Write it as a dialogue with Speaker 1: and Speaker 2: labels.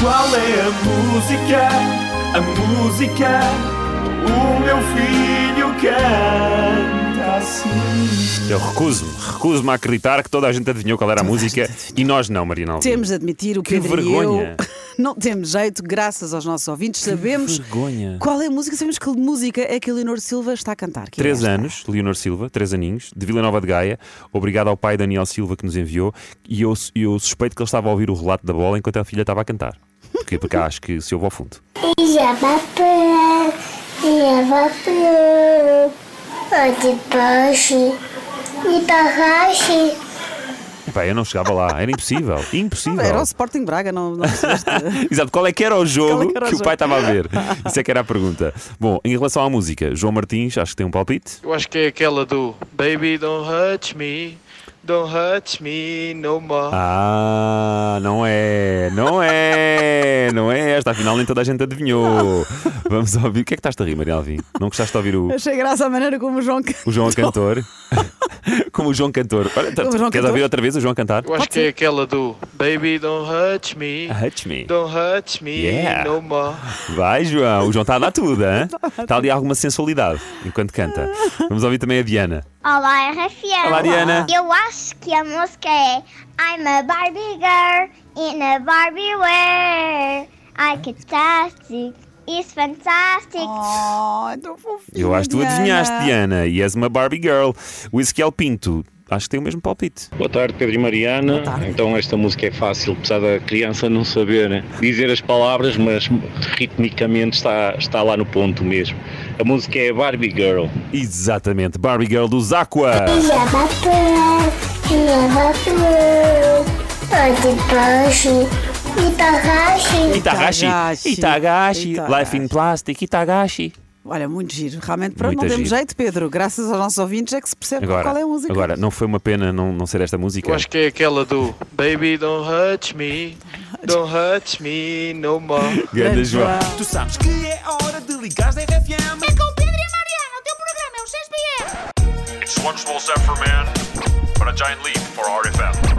Speaker 1: Qual é a música? A música? O meu filho canta assim.
Speaker 2: Eu recuso-me, recuso-me a acreditar que toda a gente adivinhou qual era a música e nós não, Marina Alvim.
Speaker 3: Temos de admitir o
Speaker 2: Que
Speaker 3: Pedro
Speaker 2: vergonha.
Speaker 3: e eu. Não temos jeito, graças aos nossos ouvintes, sabemos
Speaker 2: vergonha.
Speaker 3: qual é a música, sabemos que música é que a Leonor Silva está a cantar. que é
Speaker 2: Três
Speaker 3: esta.
Speaker 2: anos, Leonor Silva, três aninhos, de Vila Nova de Gaia. Obrigado ao pai Daniel Silva que nos enviou. E eu, eu suspeito que ele estava a ouvir o relato da bola enquanto a filha estava a cantar. Porque, porque acho que se ouve ao fundo.
Speaker 4: Javapã, Javapã, Adipashi, Itahashi,
Speaker 2: Epá, eu não chegava lá, era impossível.
Speaker 3: é Era o
Speaker 2: Impossível.
Speaker 3: Sporting Braga, não, não percebeste?
Speaker 2: Exato, qual é que era o jogo
Speaker 3: Qual é
Speaker 2: que,
Speaker 3: que era o
Speaker 2: o pai
Speaker 3: jogo?
Speaker 2: estava a ver? Isso é que era a pergunta. Bom, em relação à música, João Martins, acho que tem um palpite.
Speaker 5: Eu acho que é aquela do Baby don't hurt me, don't hurt me no more.
Speaker 2: Ah, não é, não é, não é esta. Afinal, nem toda a gente adivinhou. Vamos ouvir. O que é que estás a rir, Maria Alvim? Não gostaste de ouvir o,
Speaker 3: Achei graça a maneira como o João canta.
Speaker 2: o João Cantor? Como o João Cantor. Olha, tá-
Speaker 3: Como o João
Speaker 2: queres
Speaker 3: Cantor?
Speaker 2: ouvir outra vez o João cantar?
Speaker 5: Eu acho que é aquela do Baby don't hurt me,
Speaker 2: Touch me.
Speaker 5: don't hurt me
Speaker 2: Yeah.
Speaker 5: no more.
Speaker 2: Vai, João. O João está a dar tudo, hein?
Speaker 3: Tá
Speaker 2: Está ali alguma sensualidade enquanto canta. Vamos ouvir também a Diana.
Speaker 4: Olá, RFM.
Speaker 2: Olá, Diana.
Speaker 4: Eu acho que a música é I'm a Barbie girl in a Barbie wear. I fantastic, it's fantastic.
Speaker 3: Oh, é tão fofinho.
Speaker 2: Eu acho que tu adivinhaste, Diana. E és uma Barbie Girl. O Ezequiel Pinto. Acho que tem o mesmo palpite.
Speaker 6: Boa tarde, Pedro e Mariana. Então, esta música é fácil, apesar da criança não saber né, dizer as palavras, mas ritmicamente está, está lá no ponto mesmo. A música é Barbie Girl.
Speaker 2: Exatamente. Barbie Girl dos Aqua.
Speaker 4: Javapã, Javapã, Adipashi, Itahashi.
Speaker 2: Itagashi.
Speaker 3: Itagashi.
Speaker 2: Itagashi.
Speaker 3: Itagashi.
Speaker 2: Life in Plastic. Itagashi.
Speaker 3: Olha, muito giro. Realmente, pronto,
Speaker 2: Muito
Speaker 3: não temos
Speaker 2: giro.
Speaker 3: jeito, Pedro. Graças aos nossos ouvintes é que se percebe
Speaker 2: Agora,
Speaker 3: qual é a música.
Speaker 2: agora, não foi uma pena não, não ser esta música?
Speaker 5: Eu acho que é aquela do Baby don't hurt me, don't hurt me no more.
Speaker 2: Ganda João.
Speaker 3: João.
Speaker 7: Tu sabes que é hora de ligares da RFM.
Speaker 4: É com Pedro e Mariana, o teu programa é o 6
Speaker 8: It's one small step for man, but a giant leap for RFM.